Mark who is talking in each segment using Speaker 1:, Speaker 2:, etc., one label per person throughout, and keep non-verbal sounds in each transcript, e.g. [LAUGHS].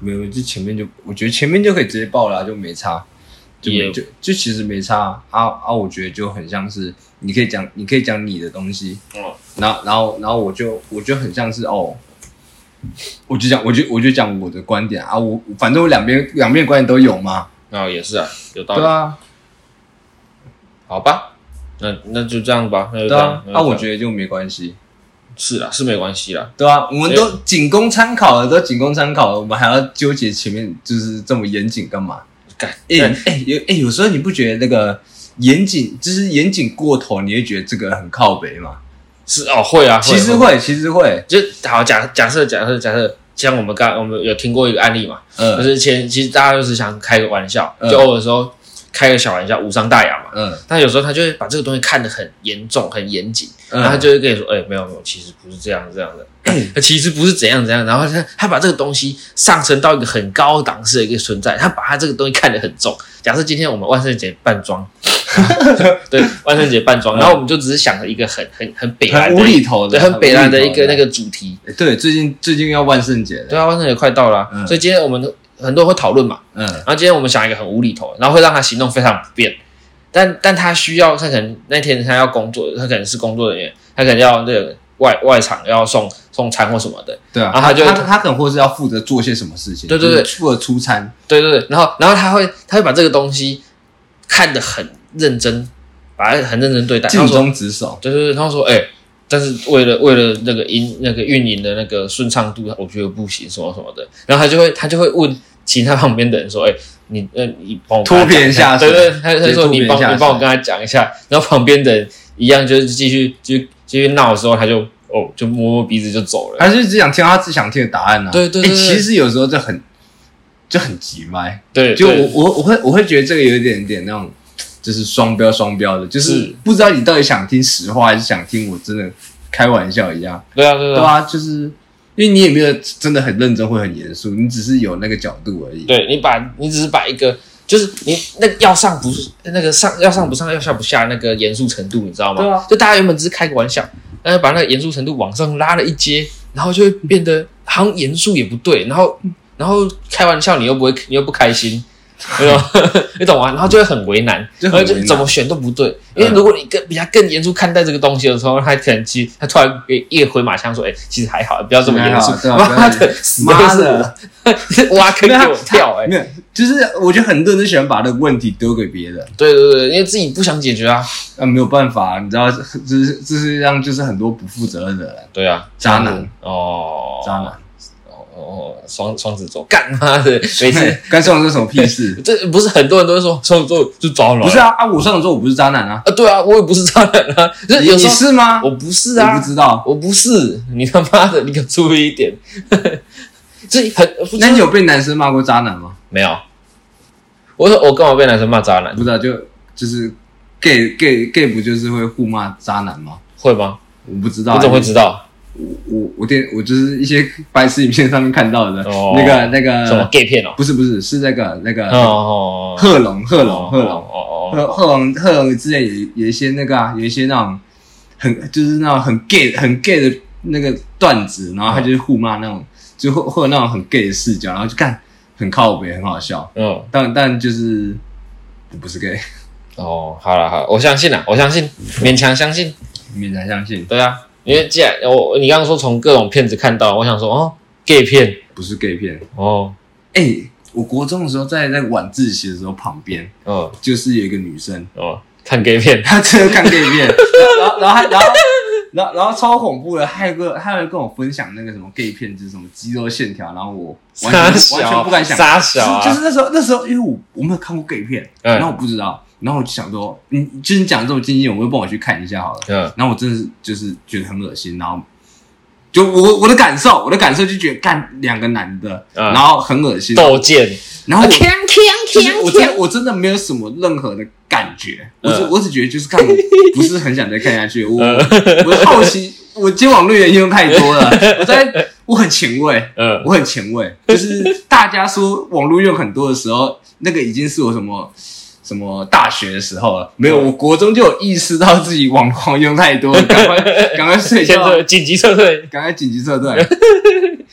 Speaker 1: 没有，就前面就我觉得前面就可以直接爆了啊、就没差，就没
Speaker 2: 也
Speaker 1: 就就其实没差啊啊！啊我觉得就很像是你可以讲你可以讲你的东西，
Speaker 2: 嗯，
Speaker 1: 然后然后然后我就我就很像是哦，我就讲我就我就讲我的观点啊，我反正我两边两边的观点都有嘛，
Speaker 2: 那也是啊，有道理
Speaker 1: 对，啊
Speaker 2: 好吧，那那就这样吧，那就这
Speaker 1: 对
Speaker 2: 样
Speaker 1: 啊，，
Speaker 2: 那
Speaker 1: 啊我
Speaker 2: 就这样
Speaker 1: 觉得就没关系，
Speaker 2: 是啦，是没关系啦，
Speaker 1: 对啊，我们都仅供参考了，都仅供参考了，我们还要纠结前面就是这么严谨干嘛？
Speaker 2: 干，
Speaker 1: 哎
Speaker 2: 干
Speaker 1: 哎有哎，有时候你不觉得那个严谨，就是严谨过头，你会觉得这个很靠北吗？
Speaker 2: 是哦，会啊，
Speaker 1: 其实
Speaker 2: 会，
Speaker 1: 会，其实会，
Speaker 2: 就好假假设假设假设，像我们刚我们有听过一个案例嘛，就
Speaker 1: 嗯
Speaker 2: 是前其实大家就是想开个玩笑，
Speaker 1: 嗯
Speaker 2: 就偶尔说开个小玩笑，无伤大雅嘛。
Speaker 1: 嗯
Speaker 2: 但有时候他就会把这个东西看得很严重、很严谨，
Speaker 1: 嗯
Speaker 2: 然后他就会跟你说：“哎、没有没有，其实不是这样这样的， [CLEARS THROAT] 他其实不是怎样怎样。”然后他他把这个东西上升到一个很高档次的一个存在，他把他这个东西看得很重。假设今天我们万圣节
Speaker 1: [LAUGHS]
Speaker 2: 扮装，对，万圣节扮装，然后我们就只是想了一个很很很北
Speaker 1: 很
Speaker 2: 蓝的
Speaker 1: 无厘头
Speaker 2: 对，
Speaker 1: 的，
Speaker 2: 很北蓝的
Speaker 1: 无厘
Speaker 2: 一
Speaker 1: 头
Speaker 2: 个那个主题。
Speaker 1: 哎对，最近最近要万圣节了，
Speaker 2: 对啊，万圣节快到了啊、
Speaker 1: 嗯
Speaker 2: 所以今天我们很多人会讨论嘛。
Speaker 1: 嗯
Speaker 2: 然后今天我们想一个很无厘头，然后会让他行动非常不便，但但他需要，他可能那天他要工作，他可能是工作人员，他可能要那个外外场要送送餐或什么的，
Speaker 1: 对啊，
Speaker 2: 然后他就
Speaker 1: 他他可能或是要负责做些什么事情，
Speaker 2: 对对对
Speaker 1: 就是负责出餐，
Speaker 2: 对对对，然后然后他会他会把这个东西看得很认真，把它很认真对待，然
Speaker 1: 尽
Speaker 2: 后说，
Speaker 1: 忠职守，
Speaker 2: 对对对，他说，哎、但是为了为了那个营那个运营的那个顺畅度，我觉得不行什么什么的，然后他就会他就会问其他旁边的人说，哎、你呃你帮我
Speaker 1: 拖别人下水
Speaker 2: 对对，他他
Speaker 1: 直接
Speaker 2: 说
Speaker 1: 拖别
Speaker 2: 你
Speaker 1: 人
Speaker 2: 帮
Speaker 1: 下
Speaker 2: 你
Speaker 1: 水
Speaker 2: 帮我跟他讲一下，然后旁边的人一样就是继续继续继续闹的时候，他就哦就摸摸鼻子就走了。
Speaker 1: 他就只想听他只想听的答案呢。
Speaker 2: 对对
Speaker 1: 哎
Speaker 2: 对对
Speaker 1: 其实有时候就很就很急麦，
Speaker 2: 对，
Speaker 1: 就我
Speaker 2: 对
Speaker 1: 我我会我会觉得这个有一点点那种，就是双标双标的，就是
Speaker 2: 是
Speaker 1: 不知道你到底想听实话还是想听我真的开玩笑一样，
Speaker 2: 对啊对
Speaker 1: 对
Speaker 2: 啊，
Speaker 1: 啊，就是因为你也没有真的很认真或很严肃，你只是有那个角度而已。
Speaker 2: 对你把你只是把一个就是你那个要上不是那个上要上不上要下不下那个严肃程度，你知道吗？
Speaker 1: 对啊，
Speaker 2: 就大家原本只是开个玩笑，但是把那个严肃程度往上拉了一阶，然后就会变得好像严肃也不对，然后然后开玩笑你又不会你又不开心。你懂吗 [LAUGHS] 你懂吗？然后就会很为难，
Speaker 1: 就很
Speaker 2: 然后
Speaker 1: 为难嗯
Speaker 2: 就怎么选都不对。因为如果你更比他更严肃看待这个东西的时候，他可能其实他突然一一回马枪说：“哎、其实还好，不要这么严肃。
Speaker 1: 还好对啊不要
Speaker 2: [LAUGHS] 妈的，死都
Speaker 1: 妈
Speaker 2: 是
Speaker 1: 的，
Speaker 2: 我 [LAUGHS] 挖坑给我跳、哎，
Speaker 1: 没有，就是我觉得很多人都喜欢把这个问题丢给别人，
Speaker 2: 对对对，因为自己不想解决啊。
Speaker 1: 啊，没有办法，你知道，这是这世界上就是很多不负责任的人，
Speaker 2: 对啊，
Speaker 1: 渣男，
Speaker 2: 哦，
Speaker 1: 渣男，
Speaker 2: 哦，哦哦，双双子座，干妈
Speaker 1: [LAUGHS]
Speaker 2: 的，每次？
Speaker 1: 干这种是什么屁事
Speaker 2: 这不是很多人都会说双子座就糟了，
Speaker 1: 不是啊啊，我上周我不是渣男啊，
Speaker 2: 啊，对啊，我也不是渣男啊，就是
Speaker 1: [LAUGHS] 你
Speaker 2: 有时
Speaker 1: 你
Speaker 2: 候
Speaker 1: 是吗？
Speaker 2: 我不是啊
Speaker 1: 我不，知道。
Speaker 2: 我不是，你他妈的，你给我注意一点， [LAUGHS] 这很不
Speaker 1: 那
Speaker 2: 是
Speaker 1: 你有被男生骂过渣男吗？
Speaker 2: 没有？我说我干嘛被男生骂渣男
Speaker 1: 不？知道，就就是 gay gay gay 不就是会互骂渣男吗？
Speaker 2: 会吗？
Speaker 1: 我不知道，哎
Speaker 2: 我怎么会知道？
Speaker 1: 我我我电我就是一些白痴影片上面看到的，
Speaker 2: 哦
Speaker 1: 那个那个
Speaker 2: 什么 gay 片哦？
Speaker 1: 不是不是是那个那个、
Speaker 2: 哦哦，哦
Speaker 1: 贺龙贺 [LAUGHS] 龙贺龙
Speaker 2: 哦哦
Speaker 1: 贺呃贺龙贺龙之类有有一些那个啊，有一些那种很就是那种很 gay 很 gay 的那个段子，然后他就是互骂那种，就会会有那种很 gay 的视角，然后就看很靠北，很好笑。
Speaker 2: 嗯
Speaker 1: 但但就是我不是 gay， [LAUGHS]
Speaker 2: 哦，好了好了，我相信了，我相信，勉强相信。
Speaker 1: 勉强相信
Speaker 2: 对啊，因为既然我你刚刚说从各种片子看到，我想说哦，gay 片
Speaker 1: 不是 gay 片。
Speaker 2: 哦，
Speaker 1: 哎、我国中的时候在那个晚自习的时候，旁边
Speaker 2: 嗯
Speaker 1: 就是有一个女生，
Speaker 2: 哦，看 gay 片，
Speaker 1: 她真的看 gay 片，然后然后然后然后然后然后超恐怖的，还有个还有跟我分享那个什么 gay 片，就是什么肌肉线条，然后我完全
Speaker 2: 傻
Speaker 1: 完
Speaker 2: 小
Speaker 1: 全不敢想，
Speaker 2: 傻小啊，
Speaker 1: 就是就是那时候那时候因为我我没有看过 gay 片，
Speaker 2: 嗯
Speaker 1: 然后我不知道，然后我就想说，你就是你讲得这么经验，我就帮我去看一下好了。
Speaker 2: 嗯
Speaker 1: 然后我真的是就是觉得很恶心，然后就我我的感受，我的感受就觉得干两个男的，
Speaker 2: 嗯
Speaker 1: 然后很恶心，
Speaker 2: 斗剑，
Speaker 1: 然后我
Speaker 2: 啊锵锵
Speaker 1: 就是我真我真的没有什么任何的感觉，我只
Speaker 2: 嗯
Speaker 1: 我只觉得就是看，不是很想再看下去。我
Speaker 2: 嗯
Speaker 1: 我的好奇，我今天网络原因用太多
Speaker 2: [LAUGHS]
Speaker 1: 了，我在我很前卫，
Speaker 2: 嗯
Speaker 1: 我很前卫，就是大家说网络用很多的时候，那个已经是我什么什么大学的时候了，没
Speaker 2: 嗯
Speaker 1: 有，我国中就有意识到自己网狂用太多了，赶
Speaker 2: [LAUGHS]
Speaker 1: 快赶快睡
Speaker 2: 现
Speaker 1: 觉，
Speaker 2: 在紧急撤退。
Speaker 1: 赶快紧急撤退。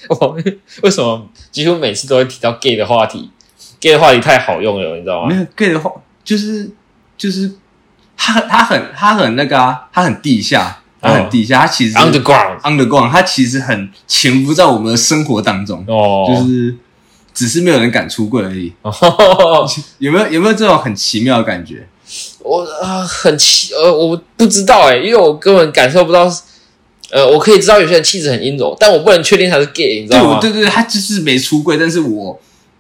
Speaker 2: 我为什么几乎每次都会提到 gay 的话题？gay 的话题太好啊用了，你知道
Speaker 1: 没
Speaker 2: 吗？
Speaker 1: 有 gay 的话，就是就是他他很他很那个啊，他很地下，
Speaker 2: 哦
Speaker 1: 他很地下，他其实
Speaker 2: Underground
Speaker 1: underground，他其实很潜伏在我们的生活当中，
Speaker 2: 哦，
Speaker 1: 就是只是没有人敢出柜而已。
Speaker 2: [LAUGHS]
Speaker 1: 有没有有没有这种很奇妙的感觉？
Speaker 2: 我啊、呃很奇，呃，我不知道哎、因为我根本感受不到。呃，我可以知道有些人气质很阴柔，但我不能确定他是 gay，你知
Speaker 1: 对，
Speaker 2: 道吗
Speaker 1: 我？对对，对他就是没出柜，但是我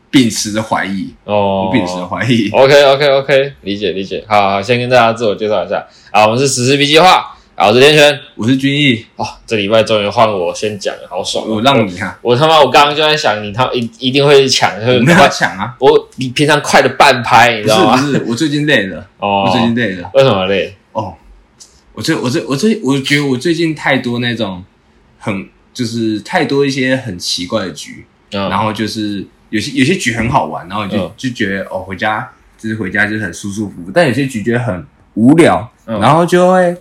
Speaker 1: 秉持着怀疑，
Speaker 2: 哦
Speaker 1: 我秉持着怀疑。
Speaker 2: OK OK OK，理解理解。好，好先跟大家自我介绍一下啊，我们是史诗 B 计划啊，我是天权
Speaker 1: 我是君毅，
Speaker 2: 哦，这礼拜终于换我先讲了，好爽哦！
Speaker 1: 我让你看，
Speaker 2: 我他妈我刚刚就在想你他一一定会抢，
Speaker 1: 我
Speaker 2: 会
Speaker 1: 没有 [LAUGHS]
Speaker 2: 呃快，
Speaker 1: 抢啊，
Speaker 2: 我比平常快了半拍，你
Speaker 1: 不
Speaker 2: 知
Speaker 1: 是
Speaker 2: 道
Speaker 1: 不
Speaker 2: 吗？
Speaker 1: 是，我最近累了，
Speaker 2: 哦
Speaker 1: 我，最近累了。
Speaker 2: 为什么累？
Speaker 1: 哦，我最我最我最我觉得我最近太多那种很就是太多一些很奇怪的局，
Speaker 2: 嗯，
Speaker 1: 然后就是有些有些局很好玩，然后你就、
Speaker 2: 嗯
Speaker 1: 就觉得哦回家就是回家就是很舒舒服服，但有些局觉得很无聊，
Speaker 2: 嗯
Speaker 1: 然后就会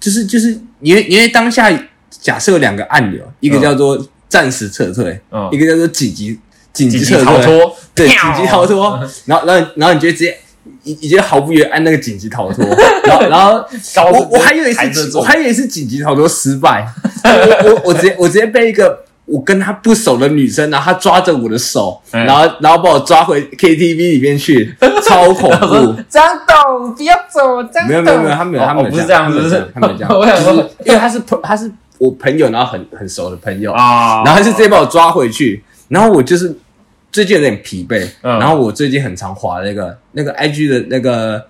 Speaker 1: 就是就是因为因为当下假设有两个按钮，一个
Speaker 2: 嗯
Speaker 1: 叫做暂时撤退，
Speaker 2: 嗯
Speaker 1: 一个叫做紧急紧急
Speaker 2: 紧急
Speaker 1: 撤
Speaker 2: 逃
Speaker 1: 退，
Speaker 2: 脱，
Speaker 1: 对，紧
Speaker 2: 跳嗯
Speaker 1: 急逃脱，然后然后然后你就直接。你你就毫不犹豫按那个紧急逃
Speaker 2: [LAUGHS]
Speaker 1: 脱，然后然后
Speaker 2: [LAUGHS] 高
Speaker 1: 我我还以
Speaker 2: 有
Speaker 1: 为
Speaker 2: 一
Speaker 1: 是
Speaker 2: 次
Speaker 1: 紧，我还以为是紧急逃脱失败， [LAUGHS] 我我我直接我直接被一个我跟她不熟的女生，然后她抓着我的手，
Speaker 2: 嗯
Speaker 1: 然后然后把我抓回 KTV 里面
Speaker 2: [LAUGHS]
Speaker 1: 去，超恐怖。
Speaker 2: 张董不要走，张董
Speaker 1: 没有没有没有，他没有
Speaker 2: 哦
Speaker 1: 他没有
Speaker 2: 哦不是这样
Speaker 1: 他没有
Speaker 2: 是不是
Speaker 1: 他没有这
Speaker 2: [LAUGHS] 我想
Speaker 1: 样，
Speaker 2: 说
Speaker 1: 就是因为他是朋他是我朋友，然后很很熟的朋友，
Speaker 2: 啊，
Speaker 1: 然后他就直接把我抓回去，然后我就是最近有点疲惫，
Speaker 2: 嗯
Speaker 1: 然后我最近很常滑那个那个 IG 的那个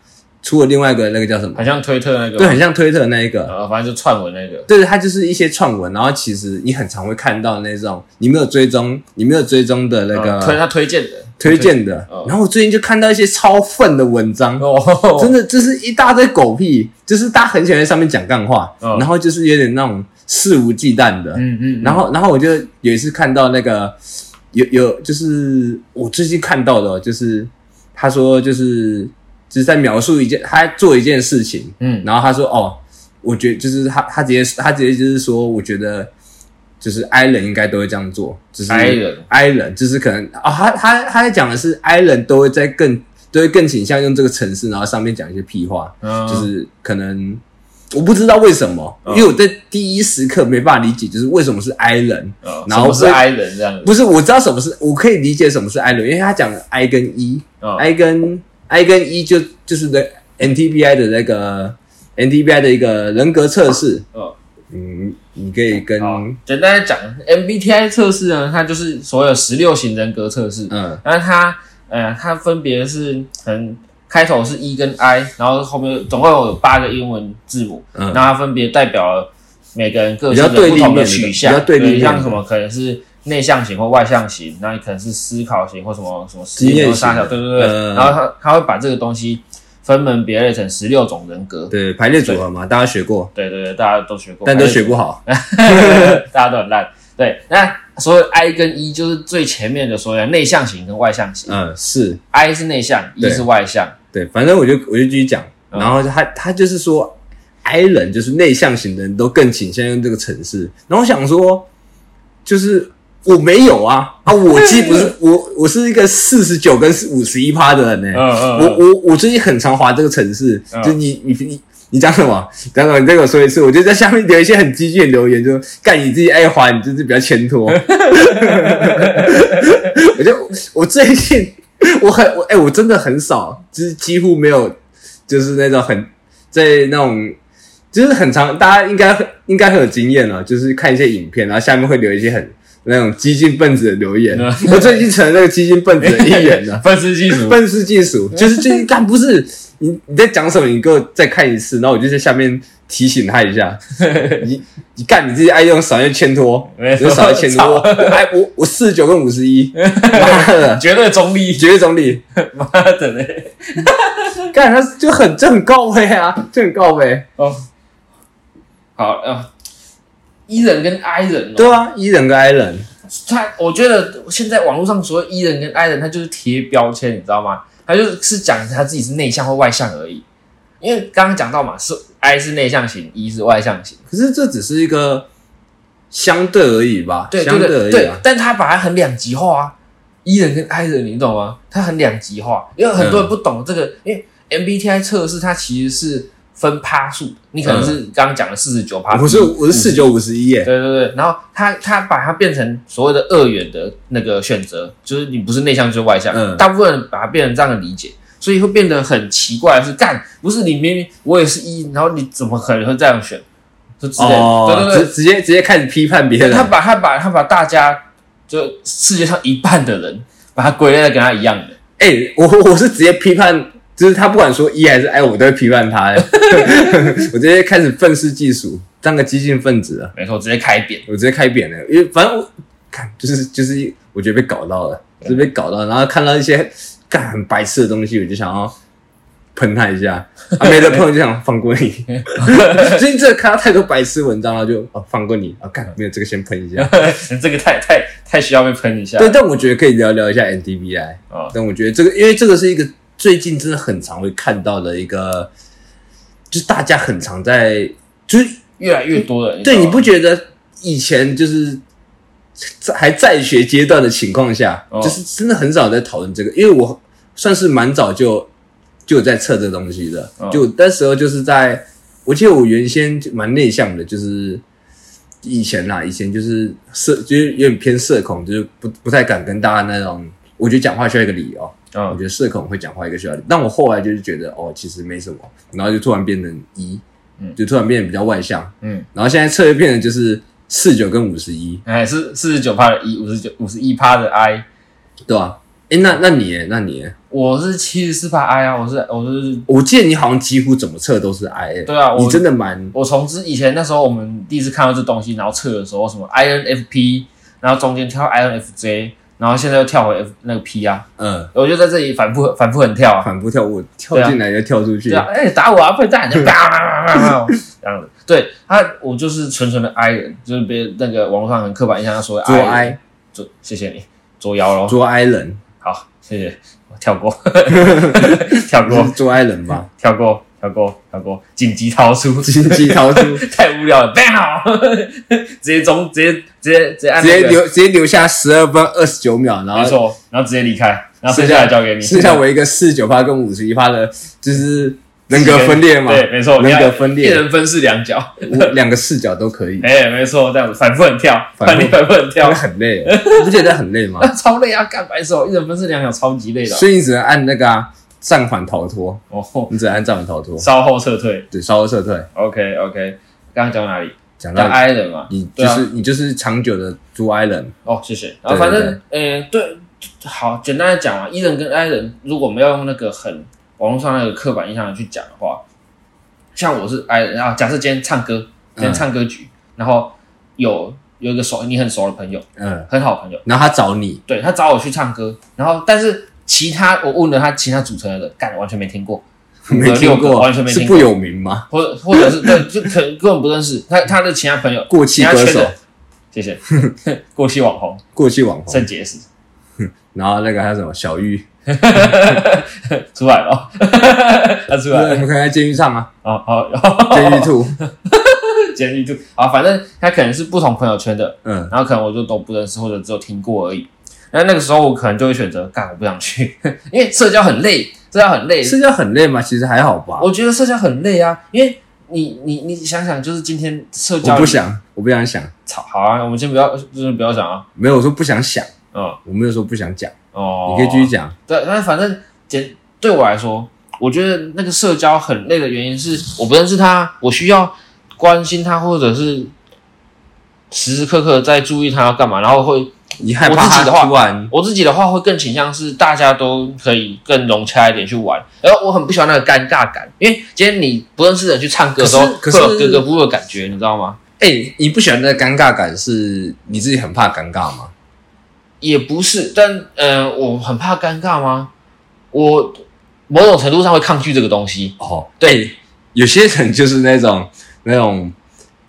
Speaker 1: 出了另外一个那个叫什么
Speaker 2: 好？像推特那个，
Speaker 1: 对，很像推特那一个，
Speaker 2: 呃，反正就串文那个，
Speaker 1: 对，它就是一些串文，然后其实你很常会看到那种你没有追踪、你没有追踪的那
Speaker 2: 呃推
Speaker 1: 个
Speaker 2: 他推荐的，
Speaker 1: 推荐的
Speaker 2: 嗯。
Speaker 1: 然后我最近就看到一些超愤的文章，
Speaker 2: 哦，
Speaker 1: 真的就是一大堆狗屁，就是大家很喜欢在上面讲干话，
Speaker 2: 嗯
Speaker 1: 然后就是有点那种肆无忌惮的。
Speaker 2: 嗯嗯，
Speaker 1: 然
Speaker 2: 后
Speaker 1: 后，然后我就有一次看到那个有有，就是我最近看到的哦，就是他说就是就是在描述一件他在做一件事情，
Speaker 2: 嗯
Speaker 1: 然后他说哦，我觉得就是他他直接他直接就是说，我觉得就是 I 人应该都会这样做，就是
Speaker 2: I 人
Speaker 1: I 人就是可能啊、哦，他他他在讲的是 I 人都会在更都会更倾向用这个城市，然后上面讲一些屁话，
Speaker 2: 嗯
Speaker 1: 就是可能我不知道为什么，
Speaker 2: 嗯
Speaker 1: 因为我在第一时刻没办法理解，就是为什么是 I 人，
Speaker 2: 呃
Speaker 1: 然后
Speaker 2: 什么是 I 人这样子，
Speaker 1: 不是我知道什么是，我可以理解什么是 I 人，因为他讲 I 跟 E，
Speaker 2: 嗯
Speaker 1: I 跟 I 跟 E 就就是那 NTBI 的那个 NTBI 的一个人格测试，
Speaker 2: 嗯
Speaker 1: 嗯，你可以跟
Speaker 2: 好哦简单地讲，MBTI 测试呢，它就是所有十六型人格测试，
Speaker 1: 嗯
Speaker 2: 然后它呃，它分别是可能开头是 E 跟 I，然后后面总共有八个英文字母，
Speaker 1: 嗯
Speaker 2: 那它分别代表了每个人各
Speaker 1: 比
Speaker 2: 自
Speaker 1: 较对
Speaker 2: 的不
Speaker 1: 立
Speaker 2: 同
Speaker 1: 面的
Speaker 2: 取
Speaker 1: 比
Speaker 2: 向，
Speaker 1: 较对立面的
Speaker 2: 像什么可能是内向型或外向型，那可能是思考型或什么什么实
Speaker 1: 经验
Speaker 2: 验
Speaker 1: 型
Speaker 2: 大小，对对对，
Speaker 1: 嗯
Speaker 2: 然后它它会把这个东西分门别类成十六种人格，
Speaker 1: 对排列组合嘛，大家学过，
Speaker 2: 对对对，大家都学过，
Speaker 1: 但都学
Speaker 2: 过。
Speaker 1: 不好，
Speaker 2: [LAUGHS] 大家都很烂。对，那所有 I 跟 E 就是最前面的所有内向型跟外向型。
Speaker 1: 嗯，是
Speaker 2: I 是内向，E
Speaker 1: 对
Speaker 2: 是外向。
Speaker 1: 对，反正我就我就继续讲，
Speaker 2: 嗯
Speaker 1: 然后他他就是说，I 人就是内向型的人都更倾向用这个城市，然后我想说，就是我没有啊啊，我既不
Speaker 2: [LAUGHS]
Speaker 1: 是我我是一个四十九跟五十一趴的人呢、
Speaker 2: 嗯
Speaker 1: 我我我最近很常滑这个城市，
Speaker 2: 嗯
Speaker 1: 就你你你你讲什么？讲什么？你再给我说一次，我就在下面留一些很激进的留言，就说干你自己爱滑，你就是比较欠拖。 [LAUGHS] 我就我最近我很我哎、我真的很少，就是几乎没有，就是那种很在那种。就是很常，大家应该应该很有经验了，啊就是看一些影片，然后下面会留一些很那种激进分子的留言。
Speaker 2: 嗯
Speaker 1: 我最近成了那个激进分子的一员啊了。
Speaker 2: 分析技术。
Speaker 1: 愤世嫉
Speaker 2: [LAUGHS]
Speaker 1: 俗，就是最近干不是你你在讲什么？你给我再看一次，然后我就在下面提醒他一
Speaker 2: [LAUGHS]
Speaker 1: 下。你你干你自己爱用少用牵拖，
Speaker 2: 没错
Speaker 1: 有少用牵拖。
Speaker 2: 操
Speaker 1: 我哎我我四十九跟五十
Speaker 2: [LAUGHS]
Speaker 1: 一，妈的，
Speaker 2: 绝对中立，
Speaker 1: [LAUGHS] 绝对总理，
Speaker 2: [LAUGHS] 妈的嘞！
Speaker 1: 干他就很这很高位啊，这很高位。
Speaker 2: 哦， [LAUGHS] 好啊、e 人跟 I 人、哦，
Speaker 1: 对啊，伊人跟 I 人，
Speaker 2: 他我觉得现在网络上所有 E 人跟 I 人，他就是贴标签，你知道吗？他就是讲他自己是内向或外向而已。因为刚刚讲到嘛，是 I 是内向型，E 是外向型，
Speaker 1: 可是这只是一个相对而已吧，
Speaker 2: 对
Speaker 1: 相
Speaker 2: 对
Speaker 1: 而
Speaker 2: 对
Speaker 1: 已
Speaker 2: 对
Speaker 1: 啊，，
Speaker 2: 但他把它很两极化啊，E 人跟 I 人，你懂吗？他很两极化，因为很多人不懂这个，
Speaker 1: 嗯
Speaker 2: 因为 MBTI 测试它其实是分趴数的，你可能是刚刚讲的四十九趴，
Speaker 1: 嗯我是我是
Speaker 2: 49
Speaker 1: 四九五十一耶，
Speaker 2: 对对对，然后他他把它变成所谓的二元的那个选择，就是你不是内向就是外向，
Speaker 1: 嗯
Speaker 2: 大部分人把它变成这样的理解，所以会变得很奇怪的是，干不是你明明我也是一，然后你怎么可能会这样选？就之类的，对对对
Speaker 1: 哦直，直接直接开始批判别人，
Speaker 2: 他把他把他把大家就世界上一半的人，把他归类的跟他一样的，
Speaker 1: 哎、我我是直接批判，就是他不管说一还是 I，我都会批判他、欸。 [LAUGHS] 我直接开始愤世嫉俗，当个激进分子啊！
Speaker 2: 没错，直接开扁。 [LAUGHS]
Speaker 1: 我直接开扁了，因为反正我看就是就是，我觉得被搞到了，就是被搞到，然后看到一些干很白痴的东西，我就想要喷他一下，啊，没得碰就想放过你。 [LAUGHS] 最近这看到太多白痴文章了，就哦放过你啊，干没有这个先喷
Speaker 2: 啊
Speaker 1: 一下。
Speaker 2: 这个太太太需要被喷一下。
Speaker 1: 对，但我觉得可以聊聊一下 NDBI。
Speaker 2: 啊，
Speaker 1: 但我觉得这个，因为这个是一个最近真的很常会看到的一个，就是大家很常在，就是
Speaker 2: 越来越多人。
Speaker 1: 对，
Speaker 2: 知道
Speaker 1: 你
Speaker 2: 吗
Speaker 1: 不觉得以前就是在还在学阶段的情况下，
Speaker 2: 哦
Speaker 1: 就是真的很少在讨论这个，因为我算是蛮早就就有在测这东西的，
Speaker 2: 哦
Speaker 1: 就那时候就是在，我记得我原先就蛮内向的，就是。以前啦，以前就是社，就是有点偏社恐，就是不不太敢跟大家那种，我觉得讲话需要一个理由，我
Speaker 2: 嗯
Speaker 1: 觉得社恐会讲话一个需要，但我后来就是觉得哦，其实没什么，然后就突然变成一，
Speaker 2: 嗯
Speaker 1: 就突然变得比较外向，
Speaker 2: 嗯，
Speaker 1: 然后现在策略变成就是四九跟五十一，
Speaker 2: 哎，是四十九趴的 E，五十九五十一趴的 I，
Speaker 1: 对吧、诶，那那你耶那你耶，
Speaker 2: 我是七十四趴 I 啊，我是我是
Speaker 1: 我记得你好像几乎怎么测都是 I，耶
Speaker 2: 对啊，
Speaker 1: 你
Speaker 2: 我
Speaker 1: 真的蛮
Speaker 2: 我从之以前那时候我们第一次看到这东西，然后测的时候什么 INFP，然后中间跳 INFJ，然后现在又跳回 F 那个 P 啊，
Speaker 1: 嗯，
Speaker 2: 我就在这里反复反复很跳啊，
Speaker 1: 反复跳，我跳进来又跳出去，
Speaker 2: 对啊，哎、打我啊，笨蛋！就叭叭叭叭叭这样子。对他，我就是纯纯的 I 人，就是别那个网络上很刻板印象说的
Speaker 1: 捉
Speaker 2: I，人
Speaker 1: I
Speaker 2: 捉谢谢你，捉妖喽。
Speaker 1: 捉 I 人，
Speaker 2: 好，谢谢，我跳过，跳
Speaker 1: 是
Speaker 2: 过，
Speaker 1: 捉 I 人吧，
Speaker 2: 跳过，跳过，跳过，紧急逃出，
Speaker 1: 紧急逃
Speaker 2: [LAUGHS]
Speaker 1: 出，直
Speaker 2: 太无聊了，bang！直接中，直接直接直接按、那
Speaker 1: 接
Speaker 2: 个，
Speaker 1: 留直接留下十二分二十九秒，然
Speaker 2: 没
Speaker 1: 后
Speaker 2: 错，然后直接离开，然后剩下的交给你，
Speaker 1: 剩下我一个四九趴跟五十一趴的，就是人格分裂嘛，
Speaker 2: 对，没错，
Speaker 1: 人格
Speaker 2: 你看
Speaker 1: 分
Speaker 2: 一
Speaker 1: 裂，
Speaker 2: 人分饰两角，
Speaker 1: 我两个视角都可
Speaker 2: [LAUGHS]
Speaker 1: 以，
Speaker 2: 哎、没错，这样子反复很跳，
Speaker 1: 反复
Speaker 2: 反反复很
Speaker 1: 真
Speaker 2: 跳
Speaker 1: 的。很累，哦你不觉得很累
Speaker 2: [LAUGHS]
Speaker 1: 吗？
Speaker 2: 啊，超累啊！干白手，一人分饰两角，超级累的。
Speaker 1: 所以你只能按那个啊，暂缓逃脱，
Speaker 2: 哦，
Speaker 1: 你只能按暂缓逃脱，
Speaker 2: 稍后撤退。
Speaker 1: 对，稍微撤退。
Speaker 2: OK OK，刚刚讲哪里？
Speaker 1: 讲
Speaker 2: 讲
Speaker 1: 到
Speaker 2: I 人嘛。
Speaker 1: 你
Speaker 2: 对
Speaker 1: 就
Speaker 2: 啊
Speaker 1: 是你就是长久的猪 I 人，
Speaker 2: 哦，谢谢。然
Speaker 1: 对
Speaker 2: 后反正，呃，对，好，简单的讲啊，E 人跟 I 人，如果我们要用那个很网络上那个刻板印象去讲的话，像我是 I 人啊，假设今天唱歌，今天
Speaker 1: 嗯
Speaker 2: 唱歌局，然后有有一个熟你很熟的朋友，
Speaker 1: 嗯，
Speaker 2: 很好的朋友，
Speaker 1: 然后他找你，
Speaker 2: 对他找我去唱歌，然后但是其他我问了他其他组成的人，干完全没听过，五个
Speaker 1: 没听
Speaker 2: 六个
Speaker 1: 过
Speaker 2: 完全，没
Speaker 1: 是
Speaker 2: 听过
Speaker 1: 不有名吗？
Speaker 2: 或者或者是对，就可能根本不认识他他的其他朋友，
Speaker 1: 过气
Speaker 2: 其他
Speaker 1: 歌
Speaker 2: 圈
Speaker 1: 手哦
Speaker 2: 的，， [LAUGHS] 谢谢， [LAUGHS] 过气网红
Speaker 1: 过气网红，
Speaker 2: 肾结石
Speaker 1: 然后那个还有什么小玉，
Speaker 2: [LAUGHS] 出来了， [LAUGHS] 他出
Speaker 1: 对，我
Speaker 2: 来了，
Speaker 1: 们看看监狱唱啊，
Speaker 2: 哦 [LAUGHS] 哦，
Speaker 1: 监狱兔，
Speaker 2: 监狱兔啊，反正他可能是不同朋友圈的，
Speaker 1: 嗯，
Speaker 2: 然后可能我就都不认识，或者只有听过而已。那那个时候我可能就会选择，干我不想去， [LAUGHS] 因为社交很累，社交很累，
Speaker 1: 社交很累吗？其实还好吧，
Speaker 2: 我觉得社交很累啊，因为你你你想想，就是今天社交
Speaker 1: 我不想，我不想想，
Speaker 2: 操，好啊，我们先不要，就是不要讲啊，
Speaker 1: 没有我说不想想，
Speaker 2: 嗯
Speaker 1: 我没有说不想讲，
Speaker 2: 哦，
Speaker 1: 你可以继续讲，
Speaker 2: 对，但反正简对我来说，我觉得那个社交很累的原因是我不认识他，我需要关心他，或者是时时刻刻在注意他要干嘛。然后会
Speaker 1: 你害
Speaker 2: 我
Speaker 1: 怕
Speaker 2: 自己
Speaker 1: 他
Speaker 2: 的话
Speaker 1: 突然
Speaker 2: 我自己的话会更倾向是大家都可以更融洽一点去玩，然后我很不喜欢那个尴尬感，因为今天你不认识的人去唱歌的时候，
Speaker 1: 可是
Speaker 2: 会
Speaker 1: 可
Speaker 2: 有
Speaker 1: 是
Speaker 2: 格格不入的感觉，你知道吗？
Speaker 1: 哎、你不喜欢那个尴尬感，是你自己很怕尴尬吗？
Speaker 2: 也不是，但呃，我很怕尴尬吗？我某种程度上会抗拒这个东西。
Speaker 1: 哦，对，有些人就是那种 [LAUGHS] 那种，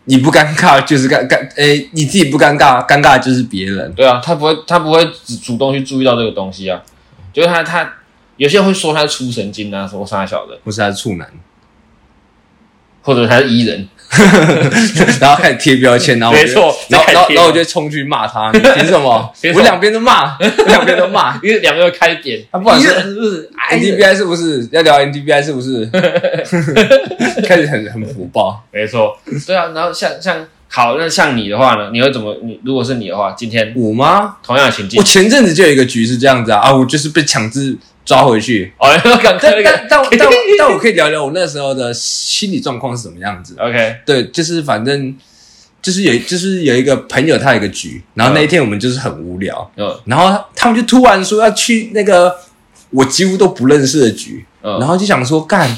Speaker 1: 你不尴尬就是尴尴，哎、你自己不尴尬，尴尬就是别人。
Speaker 2: 对啊，他不会，他不会主主动去注意到这个东西啊。就是他，他有些人会说他是出神经啊，说啥小的，
Speaker 1: 或是他是
Speaker 2: [LAUGHS]
Speaker 1: 处男，
Speaker 2: 或者他是伊人， [LAUGHS]
Speaker 1: 然后开始贴标签，然后我就
Speaker 2: 没错
Speaker 1: 然后
Speaker 2: 这
Speaker 1: 然后
Speaker 2: 太贴了
Speaker 1: 然后我就冲去骂他，你凭什么？
Speaker 2: [LAUGHS] 凭什么
Speaker 1: 我两边都骂，我两边都
Speaker 2: [LAUGHS]
Speaker 1: 骂。
Speaker 2: 因为两边会开扁，
Speaker 1: 啊不然
Speaker 2: 伊
Speaker 1: 是
Speaker 2: 人是不是哎矮人？
Speaker 1: NDBI 是不是要聊 NDBI 是不
Speaker 2: [LAUGHS]
Speaker 1: 是？ [LAUGHS] 开始很很火爆，
Speaker 2: 没错，对啊。然后像像好，那像你的话呢？你会怎么？你如果是你的话，今天
Speaker 1: 我吗？
Speaker 2: 同样的情境
Speaker 1: 我，前阵子就有一个局是这样子啊，啊，我就是被强制抓回去。
Speaker 2: 哦， [LAUGHS] 赶快
Speaker 1: 但但
Speaker 2: 那个
Speaker 1: 但我但我但我可以聊聊我那时候的心理状况是什么样子。啊
Speaker 2: ，OK，
Speaker 1: 对，就是反正就是有就是有一个朋友他有一个局，然后那一天我们就是很无聊，
Speaker 2: 嗯
Speaker 1: 然后他们就突然说要去那个我几乎都不认识的局，
Speaker 2: 嗯，
Speaker 1: 然后就想说干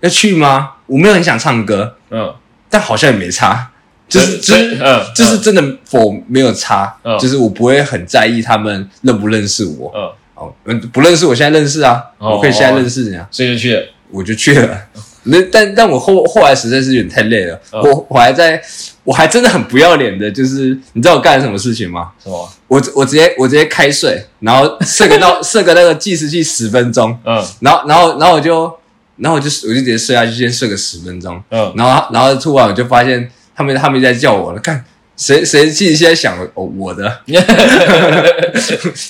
Speaker 1: 要去吗？我没有很想唱歌，
Speaker 2: 嗯，
Speaker 1: 但好像也没差，就是就
Speaker 2: 所以
Speaker 1: 是。
Speaker 2: 嗯，
Speaker 1: 就是真的，我没有差，
Speaker 2: 嗯
Speaker 1: 就是我不会很在意他们认不认识我。
Speaker 2: 嗯，嗯
Speaker 1: 哦，嗯，不认识我现在认识啊，
Speaker 2: 哦
Speaker 1: 我可以现在认识你啊。
Speaker 2: 所以就去了，
Speaker 1: 我就去了。 [LAUGHS] 那但但我后后来实在是有点太累了，
Speaker 2: 嗯
Speaker 1: 我我还在，我还真的很不要脸的，就是你知道我干了什么事情吗？
Speaker 2: 什么？
Speaker 1: 我我直接我直接开睡，然后设个
Speaker 2: [LAUGHS]
Speaker 1: 闹设个那个计时器十分钟，
Speaker 2: 嗯
Speaker 1: 然后然后然后我就然后我就我就直接睡下去，先睡个十分钟，
Speaker 2: 嗯，
Speaker 1: 然后然后突然我就发现他们他们在叫我了，看谁谁自己现在想哦我的， [LAUGHS]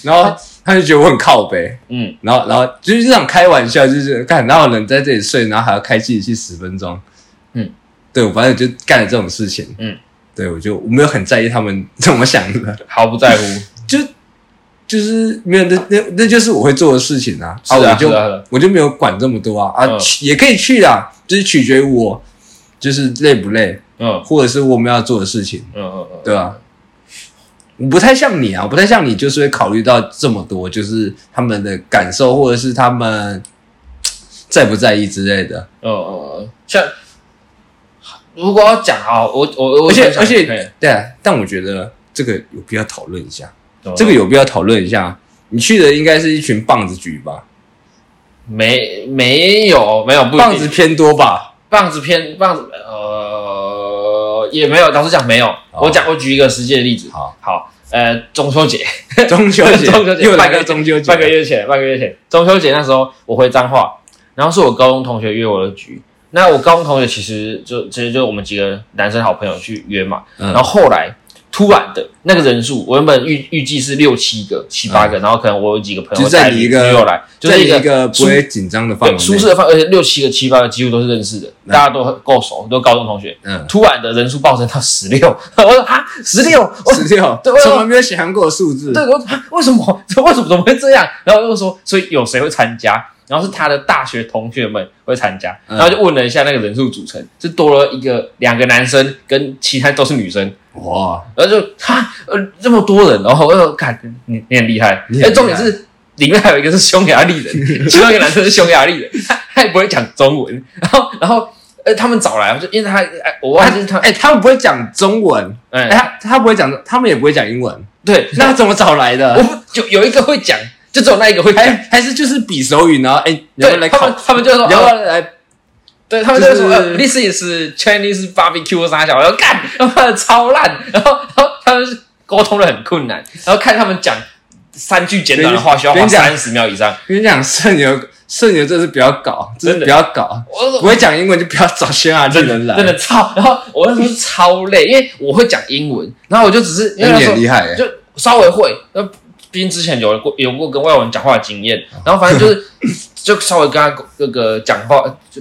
Speaker 1: 然后他就觉得我很靠北，
Speaker 2: 嗯，
Speaker 1: 然后，然后就是这样开玩笑，就是干，哪有人在这里睡，然后还要开机器十分钟？
Speaker 2: 嗯，
Speaker 1: 对，我反正就干了这种事情。
Speaker 2: 嗯，
Speaker 1: 对，我就我没有很在意他们怎么想的，
Speaker 2: 毫不在乎，
Speaker 1: 就就是没有那那那就是我会做的事情啊。
Speaker 2: 是啊
Speaker 1: 我就是
Speaker 2: 啊是啊
Speaker 1: 我就没有管这么多啊啊，
Speaker 2: 嗯
Speaker 1: 去也可以去啦，就是取决于我就是累不累，
Speaker 2: 嗯
Speaker 1: 或者是我们要做的事情，
Speaker 2: 嗯嗯嗯，
Speaker 1: 对吧、我不太像你啊，我不太像你，就是会考虑到这么多，就是他们的感受，或者是他们在不在意之类的。
Speaker 2: 嗯嗯嗯，像如果要讲好，我我我
Speaker 1: 而且
Speaker 2: 想想
Speaker 1: 而且
Speaker 2: 对，
Speaker 1: 对啊，但我觉得这个有必要讨论一下，
Speaker 2: 怎么
Speaker 1: 这个
Speaker 2: 了
Speaker 1: 有必要讨论一下。你去的应该是一群棒子局吧？
Speaker 2: 没没有没有不一定
Speaker 1: 棒子偏多
Speaker 2: [LAUGHS]
Speaker 1: 吧？
Speaker 2: 棒子偏棒子呃也没有，老实讲没有。
Speaker 1: 好
Speaker 2: 我讲我举一个实际的例子，
Speaker 1: 哦好，
Speaker 2: 好，呃中秋节
Speaker 1: 中秋节，
Speaker 2: [LAUGHS] 中秋节
Speaker 1: 又来
Speaker 2: 半个
Speaker 1: 个中秋节，
Speaker 2: 半个月前，半个月前中秋节那时候我回彰化，然后是我高中同学约我的局。那我高中同学其实就其实就我们几个男生好朋友去约嘛，
Speaker 1: 嗯，
Speaker 2: 然后后来突然的那个人数，我原本预预计是六七个、七八个，然后可能我有几个朋
Speaker 1: 嗯就
Speaker 2: 友
Speaker 1: 在
Speaker 2: 带
Speaker 1: 你一
Speaker 2: 女
Speaker 1: 个
Speaker 2: 朋友来，就
Speaker 1: 在
Speaker 2: 是
Speaker 1: 一个不
Speaker 2: 舒
Speaker 1: 会紧张的范围
Speaker 2: 对
Speaker 1: 内，
Speaker 2: 舒适的范围，而且六七个、七八个几乎都是认识的，大家都很够熟，都高中同学。
Speaker 1: 嗯，
Speaker 2: 突然的人数暴增到十六， [LAUGHS] 我说啊，十六，我
Speaker 1: 十六，
Speaker 2: 对我
Speaker 1: 从来没有想象过的数字。
Speaker 2: 对，我说啊为什么？ [LAUGHS] 为什么怎么会这样？然后又说，所以有谁会参加？然后是他的大学同学们会参加，
Speaker 1: 嗯
Speaker 2: 然后就问了一下那个人数组成，是多了一个两个男生跟其他都是女生，
Speaker 1: 哇，
Speaker 2: 然后就哈呃这么多人，然后我就看你你很厉害，
Speaker 1: 你很厉
Speaker 2: 哎
Speaker 1: 害
Speaker 2: 重点是里面还有一个是匈牙利
Speaker 1: [LAUGHS]
Speaker 2: 人，其中一个男生是匈牙利人，他他也不会讲中文，然后然后呃他们找来，我就因为他哎我忘
Speaker 1: 他
Speaker 2: 记是他
Speaker 1: 哎，他们不会讲中文，
Speaker 2: 哎
Speaker 1: 哎，他他不会讲，他们也不会讲英文，
Speaker 2: 对，
Speaker 1: 那怎么找来
Speaker 2: 我
Speaker 1: 的？
Speaker 2: 不有有一个会讲，就只有那一个会讲
Speaker 1: 还。还是就是比手语，然后哎，你要不要
Speaker 2: 对
Speaker 1: 哎来
Speaker 2: 他
Speaker 1: 考
Speaker 2: 们，，他们就说，
Speaker 1: 你要不
Speaker 2: 哦
Speaker 1: 要来？
Speaker 2: 对他们就
Speaker 1: 就
Speaker 2: 说
Speaker 1: 是
Speaker 2: 呃，this is Chinese barbecue 啥小，然后干，他妈的超烂，然后然后他们沟通的很困难，然后看他们讲三句简短的话需要
Speaker 1: 跟
Speaker 2: 花
Speaker 1: 你讲
Speaker 2: 三十秒以上，
Speaker 1: 跟你讲，社牛社牛这是不要搞，这是
Speaker 2: 真的
Speaker 1: 不要搞，
Speaker 2: 我就说
Speaker 1: 不会讲英文就不要找匈牙利
Speaker 2: 真的
Speaker 1: 人来，
Speaker 2: 真的超，然后我那时候超累，因为我会讲英文，然后我就只是因
Speaker 1: 那
Speaker 2: 为那
Speaker 1: 你
Speaker 2: 时
Speaker 1: 很
Speaker 2: 候
Speaker 1: 厉害哎，
Speaker 2: 就稍微会，那毕竟之前有过有过跟外国人讲话的经验，然后反正就是
Speaker 1: [LAUGHS]
Speaker 2: 就稍微跟他那个讲话就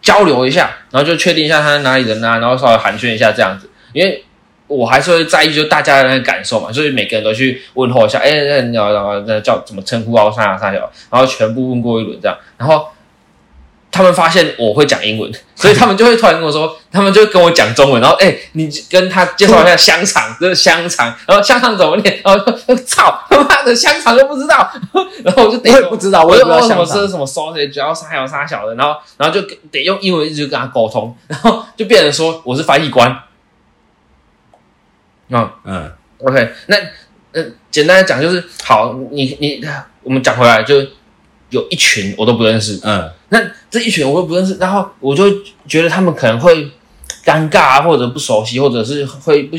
Speaker 2: 交流一下，然后就确定一下他哪里人啊，然后稍微寒暄一下这样子，因为。我还是会在意，就大家的那个感受嘛，所以每个人都去问候一下，哎、那你要要那叫怎么称呼啊，啥啥啥，然后全部问过一轮这样，然后他们发现我会讲英文，所以他们就会突然跟我说， [LAUGHS] 他们就跟我讲中文，然后哎、你跟他介绍一下香肠，这是香肠，然后香肠怎么念，然后我就操他妈的香肠都不知道， [LAUGHS] 然后我就得
Speaker 1: 我也不知道，
Speaker 2: 我
Speaker 1: 也
Speaker 2: 就
Speaker 1: 不知道
Speaker 2: 问什
Speaker 1: 想
Speaker 2: 么
Speaker 1: 法
Speaker 2: 是什么 sausage，然后啥有啥小的，然后然后就得用英文一直跟他沟通，然后就变成说我是翻译官。嗯
Speaker 1: 嗯，
Speaker 2: ，OK，那呃，简单的讲就是，好，你你我们讲回来，就有一群我都不认识，
Speaker 1: 嗯，
Speaker 2: 那这一群我又不认识，然后我就觉得他们可能会尴尬啊，或者不熟悉，或者是会不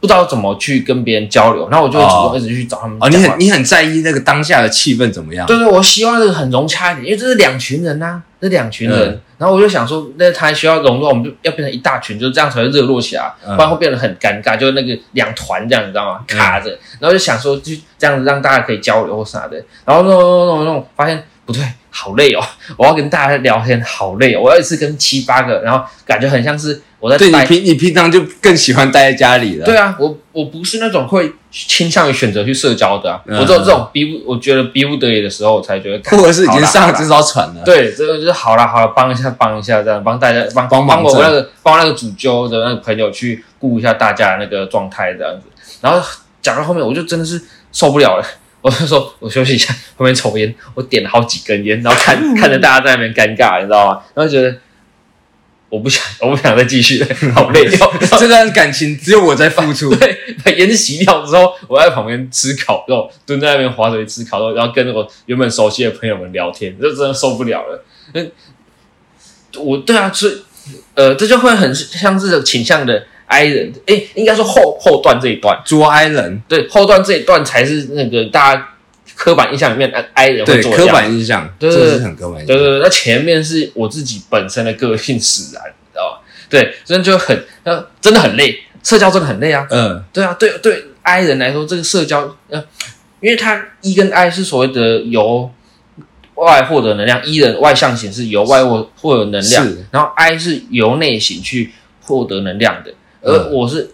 Speaker 2: 不知道怎么去跟别人交流，然后我就会主
Speaker 1: 哦
Speaker 2: 动一直去找他们
Speaker 1: 哦，
Speaker 2: 讲话。
Speaker 1: 你很你很在意那个当下的气氛怎么样？
Speaker 2: 对对，我希望这个很融洽一点，因为这是两群人呐、这两群人。
Speaker 1: 嗯
Speaker 2: 然后我就想说，那他需要融入，我们就要变成一大群，就是这样才会热络起来，
Speaker 1: 嗯
Speaker 2: 不然会变得很尴尬，就是那个两团这样，你知道吗？卡着。然后就想说，就这样子让大家可以交流或啥的。然后弄弄弄弄弄，发现不对，好累哦，我要跟大家聊天，好累、哦，我要一次跟七八个，然后感觉很像是我在
Speaker 1: 对你
Speaker 2: 带
Speaker 1: 平你平常就更喜欢待在家里了。
Speaker 2: 对啊，我我不是那种会倾向于选择去社交的、啊，
Speaker 1: 嗯
Speaker 2: 我只有这种逼不，我觉得逼不得已的时候，我才觉得干
Speaker 1: 或者是已
Speaker 2: 好
Speaker 1: 经
Speaker 2: 啦
Speaker 1: 上
Speaker 2: 好
Speaker 1: 了
Speaker 2: 啦
Speaker 1: 这艘船了。
Speaker 2: 对，这个就是好了，好了，帮一下，帮一下，这样帮大家帮
Speaker 1: 帮忙
Speaker 2: 我
Speaker 1: 这
Speaker 2: 那个帮那个主揪的那个朋友去顾一下大家的那个状态这样子。然后讲到后面，我就真的是受不了了，我就说我休息一下，后面抽烟，我点了好几根烟，然
Speaker 1: [LAUGHS]
Speaker 2: 后看看着大家在那边尴尬，你知道吗？然后觉得 [LAUGHS] 我不想，我不想再继续了， [LAUGHS] 好累哦。
Speaker 1: [LAUGHS] 这段感情只有我在付
Speaker 2: [LAUGHS]
Speaker 1: 出。
Speaker 2: 对，把烟洗掉之后，我在旁边吃烤肉，蹲在那边划手机吃烤肉，然后跟我原本熟悉的朋友们聊天，这真的受不了了。嗯，我对啊，所以呃，这就会很像是倾向的 I 人，诶，应该说后后段这一段，
Speaker 1: 捉哀人，
Speaker 2: 对，后段这一段才是那个大家刻板印象里面 I I 人会
Speaker 1: 对
Speaker 2: 做的
Speaker 1: 刻
Speaker 2: 样子
Speaker 1: 板印象，这
Speaker 2: 对对
Speaker 1: 个是很刻板印
Speaker 2: 对
Speaker 1: 象。
Speaker 2: 对对，那前面是我自己本身的个性使然，你知道吗？对，真的就很，那真的很累，社交真的很累啊。
Speaker 1: 嗯，
Speaker 2: 对啊，对对，I 人来说，这个社交，呃，因为他 E 跟 I 是所谓的由外获得能量，E 人外向型是由外获获得能量
Speaker 1: 是，
Speaker 2: 然后 I 是由内型去获得能量的，而
Speaker 1: 嗯
Speaker 2: 我是。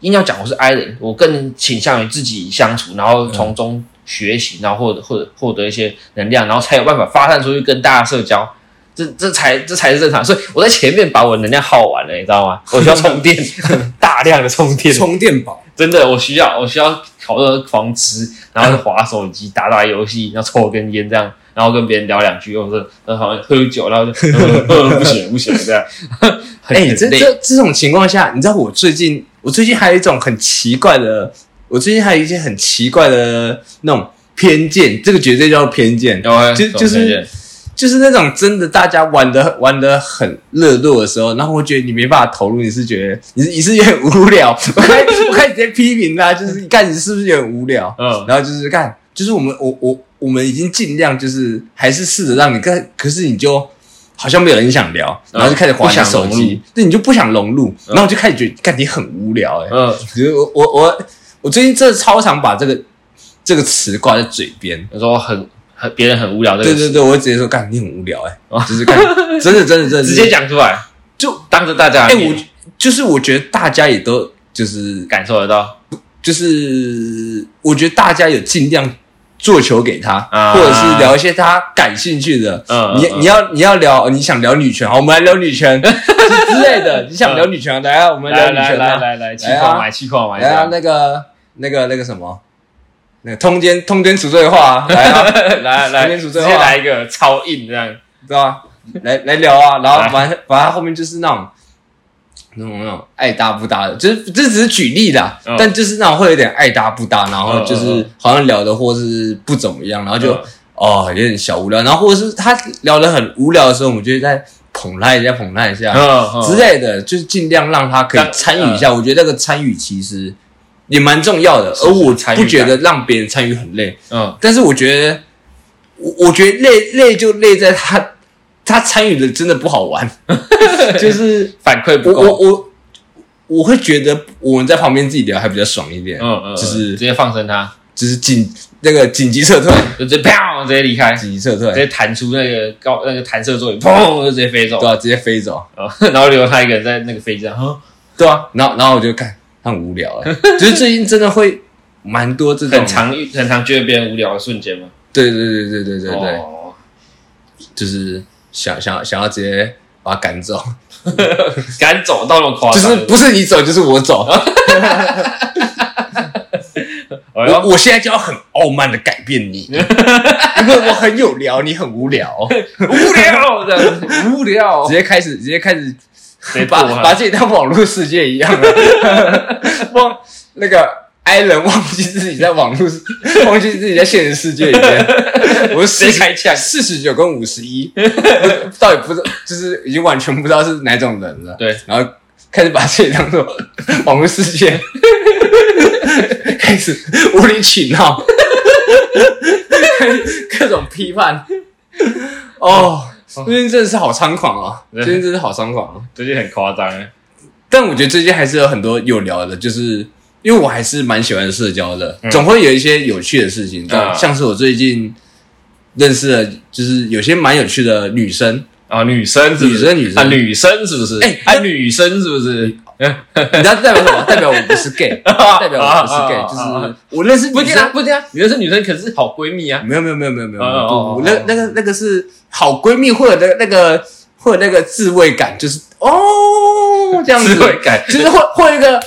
Speaker 2: 硬要讲我是 I 人，我更倾向于自己相处，然后
Speaker 1: 嗯
Speaker 2: 从中学习，然后获得获得获得一些能量，然后才有办法发散出去跟大家社交。这这才这才是正常。所以我在前面把我能量耗完了，你知道吗？我需要
Speaker 1: [LAUGHS]
Speaker 2: 充电，大量的充电，
Speaker 1: 充电宝，
Speaker 2: 真的我需要我需要烤肉
Speaker 1: [LAUGHS]
Speaker 2: 狂吃，然后划手机、打打游戏，然后抽根烟这样，然后跟别人聊两句，或者是呃好像喝酒，然后就、呃呃、不行不行这样。 [LAUGHS] 很
Speaker 1: 哎、
Speaker 2: 很
Speaker 1: 这
Speaker 2: 累
Speaker 1: 这这种情况下，你知道我最近，我最近还有一种很奇怪的，我最近还有一些很奇怪的那种偏见，这个绝对叫偏见，
Speaker 2: 有
Speaker 1: 就就是就是那种真的大家玩的玩的很热络的时候，然后我觉得你没办法投入，你是觉得你是你是有点无聊， [LAUGHS] 我开我开始在批评他，就是干你是不是有点无聊？
Speaker 2: 嗯
Speaker 1: 然后就是干，就是我们我我我们已经尽量就是还是试着让你干，可是你就好像没有人想聊，
Speaker 2: 嗯
Speaker 1: 然后就开始划
Speaker 2: 不
Speaker 1: 你
Speaker 2: 想
Speaker 1: 手
Speaker 2: 融
Speaker 1: 机
Speaker 2: 入，
Speaker 1: 对，你就不想融入，然后我就开始觉得干你很无聊哎、欸，
Speaker 2: 嗯，
Speaker 1: 就是我我我我最近真的超常把这个这个词挂在嘴边。
Speaker 2: 你说很很别人很无聊这
Speaker 1: 对
Speaker 2: 个
Speaker 1: 对对，我会直接说干，你很无聊哎、
Speaker 2: 哦
Speaker 1: 就是
Speaker 2: [LAUGHS]
Speaker 1: 干，真的真的真的
Speaker 2: 直接，讲出来，
Speaker 1: 就
Speaker 2: 当着大家
Speaker 1: 哎、
Speaker 2: 的面、
Speaker 1: 我就是我觉得大家也都就是
Speaker 2: 感受得到
Speaker 1: 就是，我觉得大家有尽量做球给他，
Speaker 2: 啊
Speaker 1: 或者是聊一些他感兴趣的。
Speaker 2: 嗯
Speaker 1: 你
Speaker 2: 嗯嗯
Speaker 1: 你要你要聊你想聊女权，好，我们来聊女
Speaker 2: [LAUGHS]
Speaker 1: 权之之类的。你想聊女权，来啊，我们聊
Speaker 2: 嗯来
Speaker 1: 女
Speaker 2: 来
Speaker 1: 权
Speaker 2: 来
Speaker 1: 啊，
Speaker 2: 来来，气
Speaker 1: 来
Speaker 2: 泡
Speaker 1: 啊
Speaker 2: 买气泡买，
Speaker 1: 来啊，那个那个那个什么，那个通奸通奸除罪化啊，来啊，
Speaker 2: [LAUGHS] 来来，
Speaker 1: 今天
Speaker 2: 直
Speaker 1: 主
Speaker 2: 接
Speaker 1: 最后啊
Speaker 2: 来一个超硬这样。
Speaker 1: 对吧？来来聊啊，然后完完他后面就是那种。那种那种爱搭不搭的，就是这只是举例啦，
Speaker 2: 嗯
Speaker 1: 但就是那种会有点爱搭不搭，然后就
Speaker 2: 嗯嗯
Speaker 1: 是
Speaker 2: 嗯
Speaker 1: 好像聊的或是不怎么样，然后就、
Speaker 2: 嗯
Speaker 1: 哦有点小无聊，然后或者是他聊得很无聊的时候，我们就会再捧他一下，捧他一下、
Speaker 2: 嗯
Speaker 1: 之类的，就是尽量让他可以
Speaker 2: 让
Speaker 1: 参与一下。我觉得那个参与其实也蛮重要的，
Speaker 2: 是
Speaker 1: 而我
Speaker 2: 参与
Speaker 1: 不
Speaker 2: 感
Speaker 1: 觉得让别人参与很累，
Speaker 2: 嗯，
Speaker 1: 但是我觉得，我我觉得累累就累在他他参与的真的不好
Speaker 2: [LAUGHS]
Speaker 1: 玩，就是
Speaker 2: 反馈
Speaker 1: 我
Speaker 2: 不
Speaker 1: 我
Speaker 2: 够，
Speaker 1: 我我会觉得我们在旁边自己聊还比较爽一点，
Speaker 2: 嗯嗯，
Speaker 1: 就是
Speaker 2: 直接放生他，
Speaker 1: 就是紧那个紧急撤退，
Speaker 2: 就直接砰，直接离开，直
Speaker 1: 紧急撤退，
Speaker 2: 接弹出那个高那个弹射座椅，砰，就直接飞走
Speaker 1: 对，啊，直接飞走，
Speaker 2: 啊 [LAUGHS] 然后留他一个人在那个飞机上，哼
Speaker 1: 对啊，然后然后我就看很无聊
Speaker 2: [LAUGHS]
Speaker 1: 了，就是最近真的会蛮多这种，
Speaker 2: 很常遇很常觉得别人无聊的瞬间嘛，
Speaker 1: 对对对对对对对，
Speaker 2: 哦
Speaker 1: 就是想想想要直接把他赶走，
Speaker 2: 赶走到那么夸
Speaker 1: 就
Speaker 2: 张，
Speaker 1: 是不是你走就是我走。
Speaker 2: 哎
Speaker 1: 我
Speaker 2: 呦，
Speaker 1: 我现在就要很傲慢的改变你，因为我很有聊，你很无聊，
Speaker 2: 无
Speaker 1: [LAUGHS]
Speaker 2: 聊的无聊
Speaker 1: 直，接开始直接开始
Speaker 2: 直接
Speaker 1: [LAUGHS] 把
Speaker 2: 剁他
Speaker 1: 把自己当网络世界一样了，忘那个 i 人忘记自己在网络世，忘记自己在现实世界里面。我是
Speaker 2: 直接开
Speaker 1: 枪，四十九跟五十一，我到底不知道，就是已经完全不知道是哪种人了。
Speaker 2: 对，
Speaker 1: 然后
Speaker 2: 开始把自己当做
Speaker 1: [LAUGHS]
Speaker 2: 网络世界，开始无理取闹，各种批判。
Speaker 1: 哦，最近真的是好猖狂哦，最近真的是好猖狂哦。
Speaker 2: 最近很夸张欸，
Speaker 1: 但我觉得最近还是有很多有聊的，就是因为我还是蛮喜欢社交的，
Speaker 2: 嗯
Speaker 1: 总会有一些有趣的事情，像
Speaker 2: 啊
Speaker 1: 像是我最近认识了，就是有些蛮有趣的女生，
Speaker 2: 啊，女生是不
Speaker 1: 女
Speaker 2: 是
Speaker 1: 生女
Speaker 2: 啊，
Speaker 1: 生，
Speaker 2: 女生是不是？
Speaker 1: 哎
Speaker 2: 啊，女生是不是？
Speaker 1: 你知道代表什么？代表我不是 gay，代表我不是 gay，就是我认识
Speaker 2: 不
Speaker 1: 女
Speaker 2: 一定啊，
Speaker 1: 生，
Speaker 2: 不一定啊，女生是女生，可是好闺蜜啊。
Speaker 1: 没有没有没有没有没有，
Speaker 2: 哦哦哦
Speaker 1: 不不
Speaker 2: 哦
Speaker 1: 那那个那个是好闺蜜或者那那个或者那个自慰感，就是哦这样
Speaker 2: [LAUGHS]
Speaker 1: 子
Speaker 2: 智，慧感
Speaker 1: 就是会会有一个，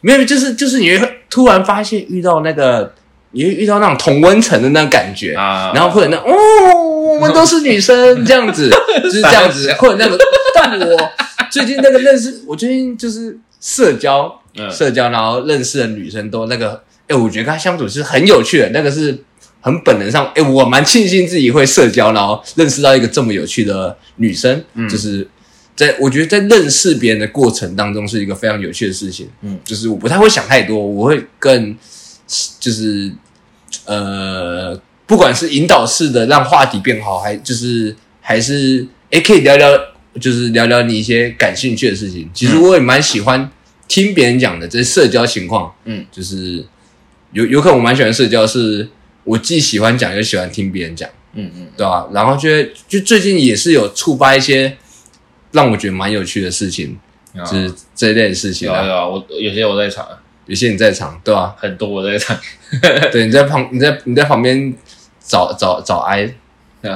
Speaker 1: 没有，就是就是你会突然发现遇到那个，你会遇到那种同温层的那种感觉，
Speaker 2: 啊，
Speaker 1: 然后会有那种哦，我们都是女生这
Speaker 2: [LAUGHS]
Speaker 1: 样子，就是这样子，会有那个。但我最近那个认识，我最近就是社交
Speaker 2: 嗯
Speaker 1: 社交，然后认识的女生都那个，哎，我觉得跟她相处是很有趣的，那个是。很本能上，哎、我蛮庆幸自己会社交，然后认识到一个这么有趣的女生，
Speaker 2: 嗯
Speaker 1: 就是在我觉得在认识别人的过程当中是一个非常有趣的事情。
Speaker 2: 嗯
Speaker 1: 就是我不太会想太多，我会更就是呃，不管是引导式的让话题变好，还就是还是哎、诶可以聊聊，就是聊聊你一些感兴趣的事情。其实我也蛮喜欢听别人讲的，这社交情况，
Speaker 2: 嗯，
Speaker 1: 就是有有可能我蛮喜欢社交是，我既喜欢讲又喜欢听别人讲。
Speaker 2: 嗯嗯，
Speaker 1: 对啊，然后就会就最近也是有触发一些让我觉得蛮有趣的事情，
Speaker 2: 啊
Speaker 1: 就是这一类的事情
Speaker 2: 有啊
Speaker 1: 啊。
Speaker 2: 有啊，我有些我在场，
Speaker 1: 有些你在场，对
Speaker 2: [LAUGHS]
Speaker 1: 吧、
Speaker 2: 很多我在场，
Speaker 1: 对，你在旁，你在你在旁边找找找 I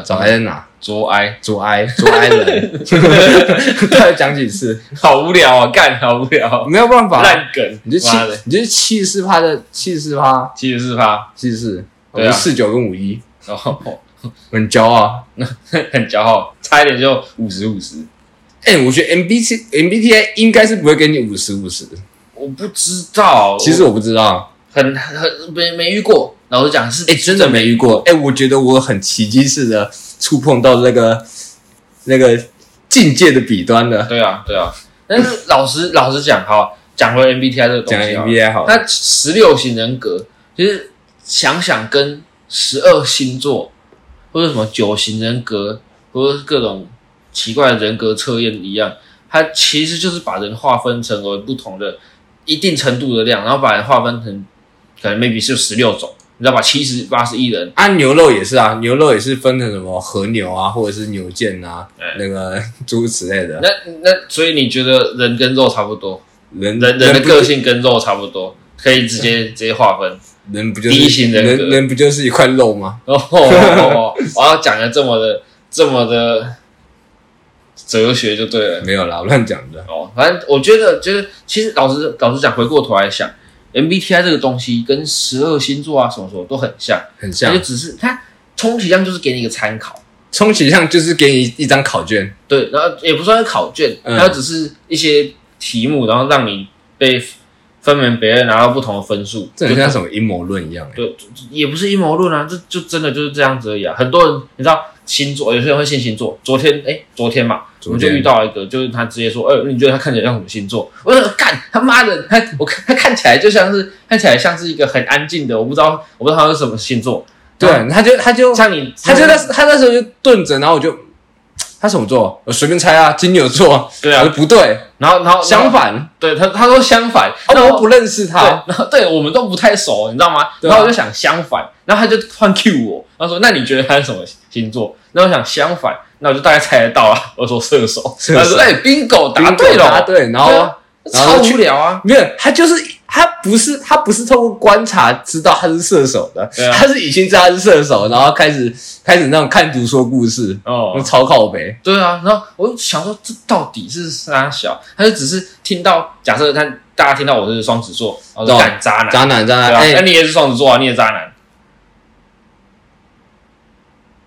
Speaker 1: 找
Speaker 2: 嗯
Speaker 1: I 在哪？
Speaker 2: 捉哀，
Speaker 1: 左 I 左 I 人， [LAUGHS] 他要讲几次？
Speaker 2: [LAUGHS] 好无聊啊，干好无聊，
Speaker 1: 没有办法，
Speaker 2: 烂梗，
Speaker 1: 你就七
Speaker 2: 妈的，
Speaker 1: 你就七十四趴的七十四趴，
Speaker 2: 七十四趴，
Speaker 1: 七十四，我
Speaker 2: 对啊
Speaker 1: 们四九跟五一，
Speaker 2: 然后 [LAUGHS]
Speaker 1: 我很骄傲。
Speaker 2: 很骄傲，差一点就五十五十，
Speaker 1: 哎、我觉得 MBT MBTI 应该是不会给你五十五十，
Speaker 2: 我不知道，
Speaker 1: 其实我不知道。
Speaker 2: 很很没没遇过，老实讲是，
Speaker 1: 哎、真的没遇过。哎、我觉得我很奇迹式的触碰到那个那个境界的彼端了。
Speaker 2: 对啊对啊，但是老实老实讲，好讲回 MBTI 这个东
Speaker 1: 讲
Speaker 2: 西好了，
Speaker 1: NBA 好了，
Speaker 2: 那十六型人格，其实想想跟十二星座或者什么九型人格，或者是各种奇怪的人格测验一样，它其实就是把人划分成为不同的一定程度的量，然后把人划分成可能 maybe 是十六种，你知道吧？七十八十一人，
Speaker 1: 啊，牛肉也是啊，牛肉也是分成什么和牛啊，或者是牛腱啊，
Speaker 2: 对
Speaker 1: 那个诸如此类的。
Speaker 2: 那那所以你觉得人跟肉差不多，
Speaker 1: 人
Speaker 2: 人人的
Speaker 1: 不嗯
Speaker 2: 个性跟肉差不多，可以直接直接划分。
Speaker 1: 人不就
Speaker 2: 第一型
Speaker 1: 是
Speaker 2: 人格
Speaker 1: 人人不就是一块肉吗？
Speaker 2: 哦，哦哦
Speaker 1: [LAUGHS]
Speaker 2: 我要讲的这么的这么的哲学就对了。
Speaker 1: 没有啦，我乱讲的。
Speaker 2: 哦，反正我觉得，就是其实老实老实讲，回过头来想，MBTI 这个东西跟十二星座啊什么什么都很像，
Speaker 1: 很
Speaker 2: 它哎就
Speaker 1: 像
Speaker 2: 只是它充其量就是给你一个参考，
Speaker 1: 充其量就是给你一张考卷，
Speaker 2: 对，然后也不算是考卷，
Speaker 1: 嗯
Speaker 2: 它就只是一些题目，然后让你被分门别类拿到不同的分数，
Speaker 1: 这很
Speaker 2: 就
Speaker 1: 像什么阴谋论一样、欸。
Speaker 2: 对，就也不是阴谋论啊，这就真的就是这样子而已啊。很多人你知道星座，有些人会信星座。昨天哎、昨天嘛，我
Speaker 1: 昨
Speaker 2: 们
Speaker 1: 天
Speaker 2: 就遇到一个，就是他直接说，呃、你觉得他看起来像什么星座？我说干他妈的，他我看他看起来就像是看起来像是一个很安静的，我不知道我不知道他是什么星座。
Speaker 1: 对，他就他就
Speaker 2: 像你，
Speaker 1: 他就那时他那时候就顿着，然后我就他什么座？我随便猜啊，金牛座。
Speaker 2: 对
Speaker 1: 我
Speaker 2: 啊哦
Speaker 1: 说，不对，
Speaker 2: 然后然后
Speaker 1: 相，
Speaker 2: 然后
Speaker 1: 反，
Speaker 2: 对他他说相反，然
Speaker 1: 哦，
Speaker 2: 后
Speaker 1: 我不认识
Speaker 2: 对
Speaker 1: 他，，
Speaker 2: 然后对我们都不太熟，你知道吗？
Speaker 1: 对啊
Speaker 2: 然后我就想相反，然后他就突 [LAUGHS] 然 Q 我，他说：“那你觉得他是什么星座？”那我想相反，那我就大概猜得到啊。我说射手，
Speaker 1: 射手
Speaker 2: 他说：“哎、冰 bingo 答对了，
Speaker 1: 答对，然
Speaker 2: 对
Speaker 1: 后
Speaker 2: 啊
Speaker 1: 然后
Speaker 2: 超
Speaker 1: 去
Speaker 2: 无聊啊。
Speaker 1: 没有，他就是他不是他不是透过观察知道他是射手的
Speaker 2: 对，啊
Speaker 1: 他是已经知道他是射手，然后开始开始那种看图说故事”，
Speaker 2: 哦，
Speaker 1: 嗯超靠北，
Speaker 2: 对啊，然后我就想说，这到底是啥小？他就只是听到，假设他大家听到我是双子座，然后
Speaker 1: 懂
Speaker 2: 说干渣男，
Speaker 1: 啊渣男渣
Speaker 2: 对
Speaker 1: 男，
Speaker 2: 啊，那、
Speaker 1: 哎，
Speaker 2: 你也是双子座啊，你也渣男，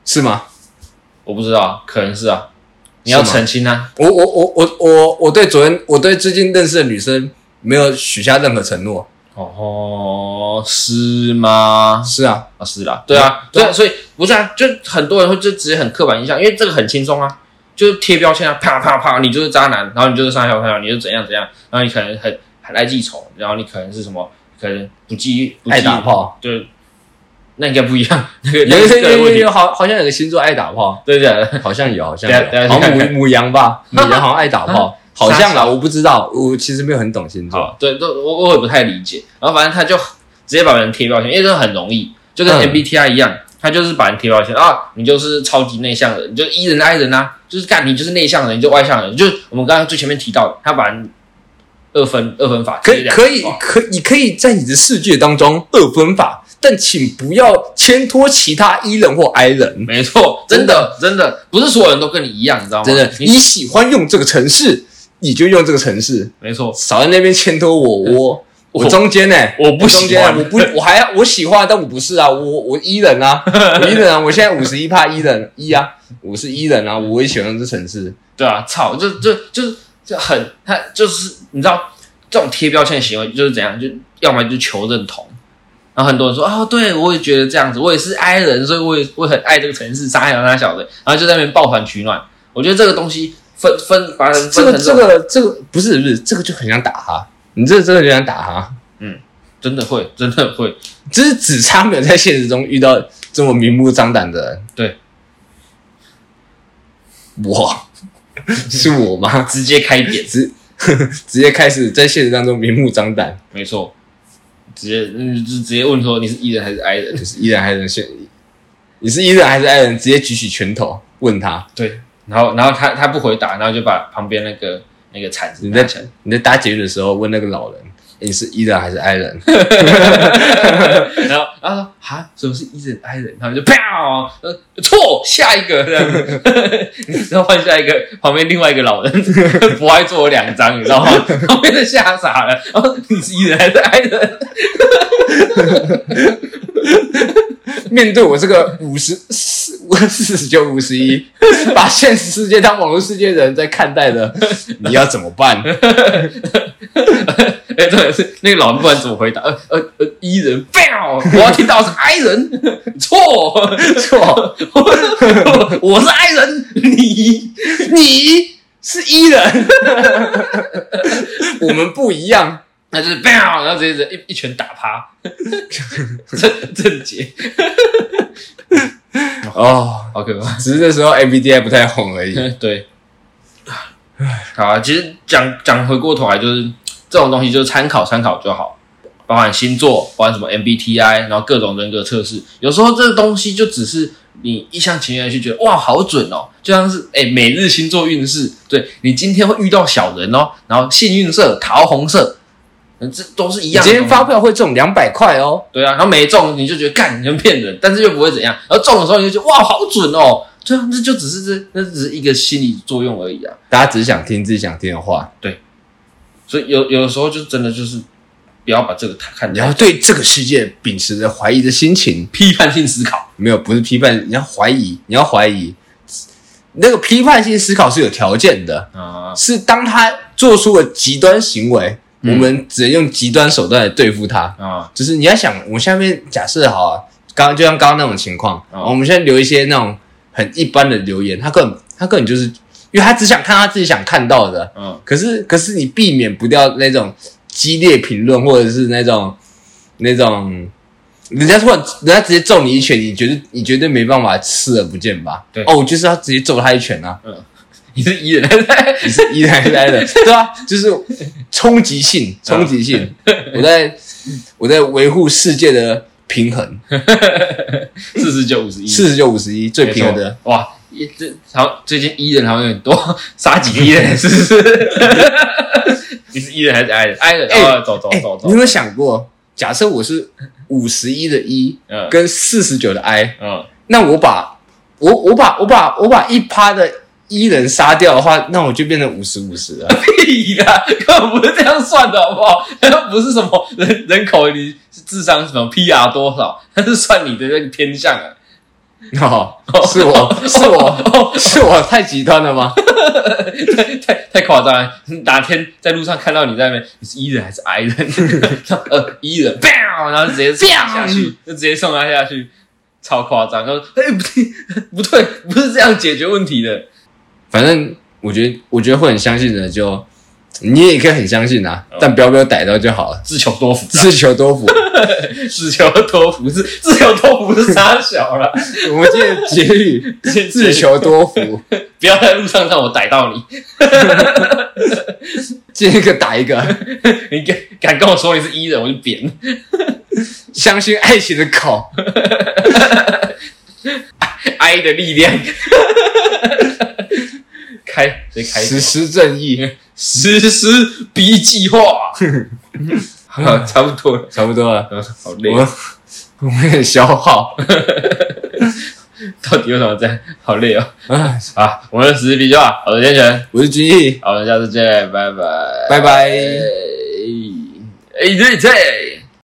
Speaker 1: 是吗？
Speaker 2: 我不知道啊，可能是啊，你要
Speaker 1: 是吗
Speaker 2: 澄清啊，
Speaker 1: 我我我我我我对昨天我对最近认识的女生没有许下任何承诺，
Speaker 2: 哦，是吗？
Speaker 1: 是啊，
Speaker 2: 啊，是啦，对啊，
Speaker 1: 对
Speaker 2: 对
Speaker 1: 啊
Speaker 2: 啊，所以不是啊，就很多人会就直接很刻板印象，因为这个很轻松啊，就是贴标签啊，啪啪啪，你就是渣男，然后你就是上小朋友，你就怎样怎样，然后你可能很很爱记仇，然后你可能是什么，可能不记不
Speaker 1: 爱
Speaker 2: 记
Speaker 1: 打，炮，
Speaker 2: 就是那应该不一样，那个
Speaker 1: 有
Speaker 2: 那个是个人
Speaker 1: 有有
Speaker 2: 问题，
Speaker 1: 有，好好像有个星座爱打炮，
Speaker 2: 对对对，
Speaker 1: 好像有，好像
Speaker 2: 等一下等一
Speaker 1: 有，
Speaker 2: 下
Speaker 1: 好像
Speaker 2: 看
Speaker 1: 母
Speaker 2: 看
Speaker 1: 母羊
Speaker 2: [LAUGHS]
Speaker 1: 吧，母羊好像爱打炮，好像
Speaker 2: 傻
Speaker 1: 啦，
Speaker 2: 小
Speaker 1: 我不知道，我其实没有很懂星座，
Speaker 2: 好，哦对，都我我也不太理解。然后反正他就直接把人贴标签，因为这很容易，就跟
Speaker 1: 嗯
Speaker 2: MBTI 一样，他就是把人贴标签啊，你就是超级内向的，你就 E 人 I 人啊，就是干你就是内向人，你就外向人，就是我们刚刚最前面提到的，他把人二分二分法，
Speaker 1: 可
Speaker 2: 直
Speaker 1: 以
Speaker 2: 接两哦
Speaker 1: 可以
Speaker 2: 分化
Speaker 1: 可你可以在你的世界当中二分法，但请不要牵拖其他 E 人或 I 人，
Speaker 2: 没错，真的真的不是所有人都跟你一样，你知道吗？
Speaker 1: 真的，，E
Speaker 2: 你
Speaker 1: 你喜欢用这个城市，你就用这个城市，
Speaker 2: 没错，
Speaker 1: 少在那边牵拖我，我
Speaker 2: 我
Speaker 1: 我中间呢、
Speaker 2: 我不
Speaker 1: 中
Speaker 2: 喜
Speaker 1: 间啊
Speaker 2: 欢，
Speaker 1: 我不我还我喜欢，但我不是啊，我我一人啊，我一人啊，我现在五十一帕一人一啊，我是一人啊，我也喜欢这城市，
Speaker 2: 对啊，操，就就就是就很他就是你知道这种贴标签的行为就是怎样，就要么就求认同。然后很多人说啊、对我也觉得这样子，我也是 I 人，所以我也我也很爱这个城市，傻小傻小的，然后就在那边抱团取暖。我觉得这个东西分分把人
Speaker 1: 这
Speaker 2: 分成
Speaker 1: 个这
Speaker 2: 这种，
Speaker 1: 个这个不是不是这个就很想打他，你这个真的就想打他，
Speaker 2: 真的会，真的会，
Speaker 1: 只是只差没有在现实中遇到这么明目张胆的人，
Speaker 2: 对，
Speaker 1: 我 [LAUGHS] 是我吗？
Speaker 2: 直接开点，
Speaker 1: 直直接开始在现实当中明目张胆，
Speaker 2: 没错，直接嗯就直接问说你是 E 人还是 I 人？
Speaker 1: 就是依然还是现，你是依然还是爱人，直接举起拳头问他。
Speaker 2: 对，然后然后他他不回答，然后就把旁边那个那个铲子
Speaker 1: 你
Speaker 2: 拿
Speaker 1: 在
Speaker 2: 起来，
Speaker 1: 你在搭捷运的时候问那个老人，欸你是 E 人还是 I 人？
Speaker 2: 然后然后说哈，什么是 E 人 I 人？他们就啪，呃错，下一个这样子， [LAUGHS] 然后换下一个，旁边另外一个老人不爱做我两张，你知道吗？旁边的吓傻了，然后你是 E 人还是 I 人？
Speaker 1: [LAUGHS]
Speaker 2: [LAUGHS]
Speaker 1: 面对我这个五十四、四十九、五十一， [LAUGHS] 把现实世界当网络世界的人在看待
Speaker 2: [LAUGHS]
Speaker 1: 的，你要怎么办？
Speaker 2: 哎，对，是那个老人不管怎么回答，呃呃呃，E 人，啪，我要听到是 I 人，错，
Speaker 1: 错，
Speaker 2: 我我我是 I 人，你
Speaker 1: 你是 E 人， [LAUGHS] 我们不一样。
Speaker 2: 那就是 bang，然后直接一一拳打趴， [LAUGHS] 正正解，
Speaker 1: 哦，
Speaker 2: 好可怕。
Speaker 1: 只是那时候 MBTI 不太红而已。
Speaker 2: 对，好啊。其实讲讲回过头来，就是这种东西就是参考参考就好，包含星座，包含什么 MBTI，然后各种人格测试，有时候这个东西就只是你一厢情愿地去觉得哇好准哦，就像是哎每日星座运势，对你今天会遇到小人哦，然后幸运色桃红色，嗯这都是一
Speaker 1: 你
Speaker 2: 样的
Speaker 1: 今
Speaker 2: 东西。
Speaker 1: 天发票会中两百块哦。
Speaker 2: 对啊，然后没中你就觉得干，你就骗人，但是又不会怎样。然后中的时候你就觉得哇，好准哦。对啊，这就只是这，那只是一个心理作用而已啊。
Speaker 1: 大家只想听自己想听的话，
Speaker 2: 所以有有的时候就真的就是不要把这个看
Speaker 1: 你
Speaker 2: 成
Speaker 1: 要对这个世界秉持着怀疑的心情，
Speaker 2: 批判性思考。
Speaker 1: 没有不是批判，你要怀疑，你要怀疑。那个批判性思考是有条件的，
Speaker 2: 啊，
Speaker 1: 是当他做出了极端行为，
Speaker 2: 嗯
Speaker 1: 我们只能用极端手段来对付他。
Speaker 2: 啊，
Speaker 1: 就是你要想，我下面假设好啊，刚刚就像刚刚那种情况，
Speaker 2: 哦
Speaker 1: 我们现在留一些那种很一般的留言，他根本他根本就是，因为他只想看他自己想看到的，
Speaker 2: 嗯，
Speaker 1: 可是可是你避免不掉那种激烈评论，或者是那种那种人家突然人家直接揍你一拳，你绝对你绝对没办法视而不见吧？
Speaker 2: 对
Speaker 1: 哦，我就是要直接揍他一拳啊！
Speaker 2: 你是艺人，
Speaker 1: 你是依然来的， [LAUGHS] 对啊，就是冲击
Speaker 2: 嗯
Speaker 1: 性，冲击性，我在我在维护世界的平衡，
Speaker 2: 嗯四十九五十一，
Speaker 1: 四十九五十一最
Speaker 2: 没错
Speaker 1: 平衡的。
Speaker 2: 哇。一这好像最近艺人好像有点多，杀几个艺
Speaker 1: [LAUGHS]
Speaker 2: 人是不是？你是艺人还是 I 人？I 人，
Speaker 1: 哎
Speaker 2: 哦，走走
Speaker 1: 哎、你
Speaker 2: 走
Speaker 1: 有
Speaker 2: 走，
Speaker 1: 没有想过，假设我是五十一的一
Speaker 2: 嗯
Speaker 1: 跟四十九的 I，
Speaker 2: 嗯，
Speaker 1: 那我把我我把我把我把一趴的一人杀掉的话，那我就变成五十五十了。 [LAUGHS]
Speaker 2: 屁啦，根本不是这样算的，好不好？ [LAUGHS] 那不是什么人人口你是智商什么 PR 多少，那是算你的那个偏向啊。哦
Speaker 1: 哦，是我是我是我太极端了吗？
Speaker 2: [LAUGHS] 太太太夸张了！哪天在路上看到你在那边，你是 E 人还是 I 人？ [LAUGHS] 呃，E 人，bang，然后直接送他下去，就直接送他下去，超夸张！然后哎、不对，不对，不是这样解决问题的。
Speaker 1: 反正我觉得，我觉得会很相信的就，你也可以很相信啊，
Speaker 2: 哦
Speaker 1: 但不要被我逮到就 [LAUGHS] 好了。
Speaker 2: 自求多福，
Speaker 1: 自求多福。
Speaker 2: 自求多福是自求多福是傻小了，
Speaker 1: 我们今天的结语： [LAUGHS] 自求多福，
Speaker 2: 不要在路上让我逮到你，
Speaker 1: 见一个打一个，
Speaker 2: 你敢敢跟我说你是伊人，我就扁。 [LAUGHS]
Speaker 1: 相信爱情的口。
Speaker 2: 爱的力量。 [LAUGHS] 开谁开
Speaker 1: 实施正义，
Speaker 2: 实施 B 计
Speaker 1: [LAUGHS]
Speaker 2: 划？好，啊差不多了，
Speaker 1: 差不多了，
Speaker 2: 好累
Speaker 1: 我
Speaker 2: 哦，
Speaker 1: 们我们很消耗
Speaker 2: 到底为什么这样？好累哦！
Speaker 1: 啊！
Speaker 2: 好，我们实施 B 计划，我是天成，
Speaker 1: 我是君毅，
Speaker 2: 好，我们下次见，拜拜，
Speaker 1: 拜拜。
Speaker 2: 哎哎，对对。